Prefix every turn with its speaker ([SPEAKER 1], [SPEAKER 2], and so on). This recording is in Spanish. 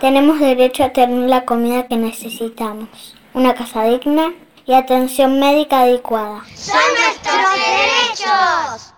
[SPEAKER 1] Tenemos derecho a tener la comida que necesitamos, una casa digna y atención médica adecuada.
[SPEAKER 2] ¡Son nuestros derechos!